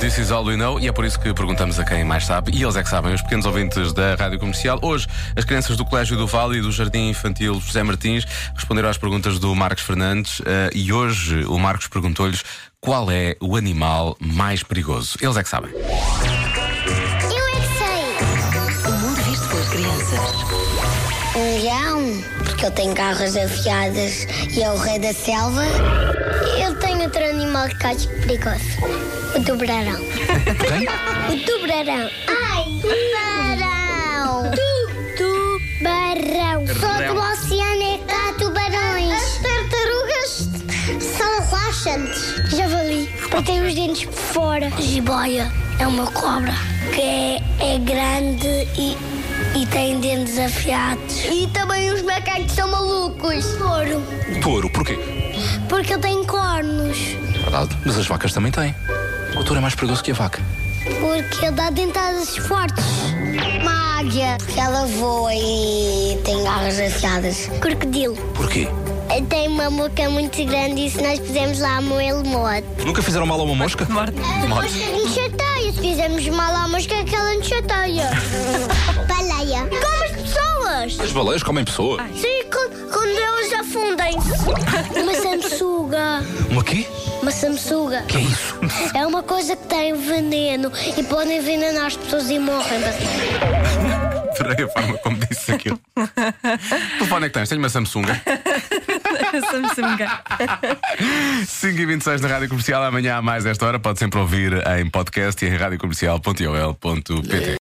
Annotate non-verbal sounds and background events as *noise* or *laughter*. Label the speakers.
Speaker 1: This is all we know e é por isso que perguntamos a quem mais sabe. E eles é que sabem, os pequenos ouvintes da Rádio Comercial. Hoje, as crianças do Colégio do Vale e do Jardim Infantil José Martins responderam às perguntas do Marcos Fernandes eh, e hoje o Marcos perguntou-lhes qual é o animal mais perigoso. Eles é que sabem.
Speaker 2: Eu é que sei.
Speaker 3: O mundo visto pelas crianças.
Speaker 2: Um leão, porque eu tenho garras afiadas e é o rei da selva. Eu tenho outro animal que acho perigoso. O tubarão.
Speaker 1: Quem?
Speaker 2: O tubarão. Ai, tubarão. Tu, tubarão. Só do oceano é que há tubarões. As tartarugas são relaxantes. Javali, porque tem os dentes por fora. Jiboia é uma cobra que é, é grande e, e tem dentes afiados. E também os macacos são malucos. Touro,
Speaker 1: Touro, porquê?
Speaker 2: porque eu tenho cornos.
Speaker 1: É Verdade, mas as vacas também têm. O touro é mais perigoso que a vaca.
Speaker 2: Porque ele dá dentadas fortes. Uma águia. Porque ela voa e tem garras afiadas. Crocodilo.
Speaker 1: Porquê?
Speaker 2: Tem uma boca muito grande e se nós pusermos lá a mão, ele morde.
Speaker 1: Nunca fizeram mal a uma mosca?
Speaker 2: A mosca nos chateia. Se fizermos mal à mosca, é que ela
Speaker 1: *laughs*
Speaker 2: nos chateia. Baleia. Como as pessoas.
Speaker 1: As baleias comem pessoas.
Speaker 2: Sim, quando elas afundem-se. Uma sanguessuga.
Speaker 1: Uma quê?
Speaker 2: Uma sanguessuga.
Speaker 1: Que é isso?
Speaker 2: É uma coisa que tem veneno e pode envenenar as pessoas e morrem.
Speaker 1: Adorei a forma como disse *laughs* aquilo. que telefone é que tens? Tenho uma Samsung.
Speaker 3: Samsung.
Speaker 1: 5 e 26 na Rádio Comercial. Amanhã, a mais esta hora, pode sempre ouvir em podcast e em radiocomercial.ol.pt.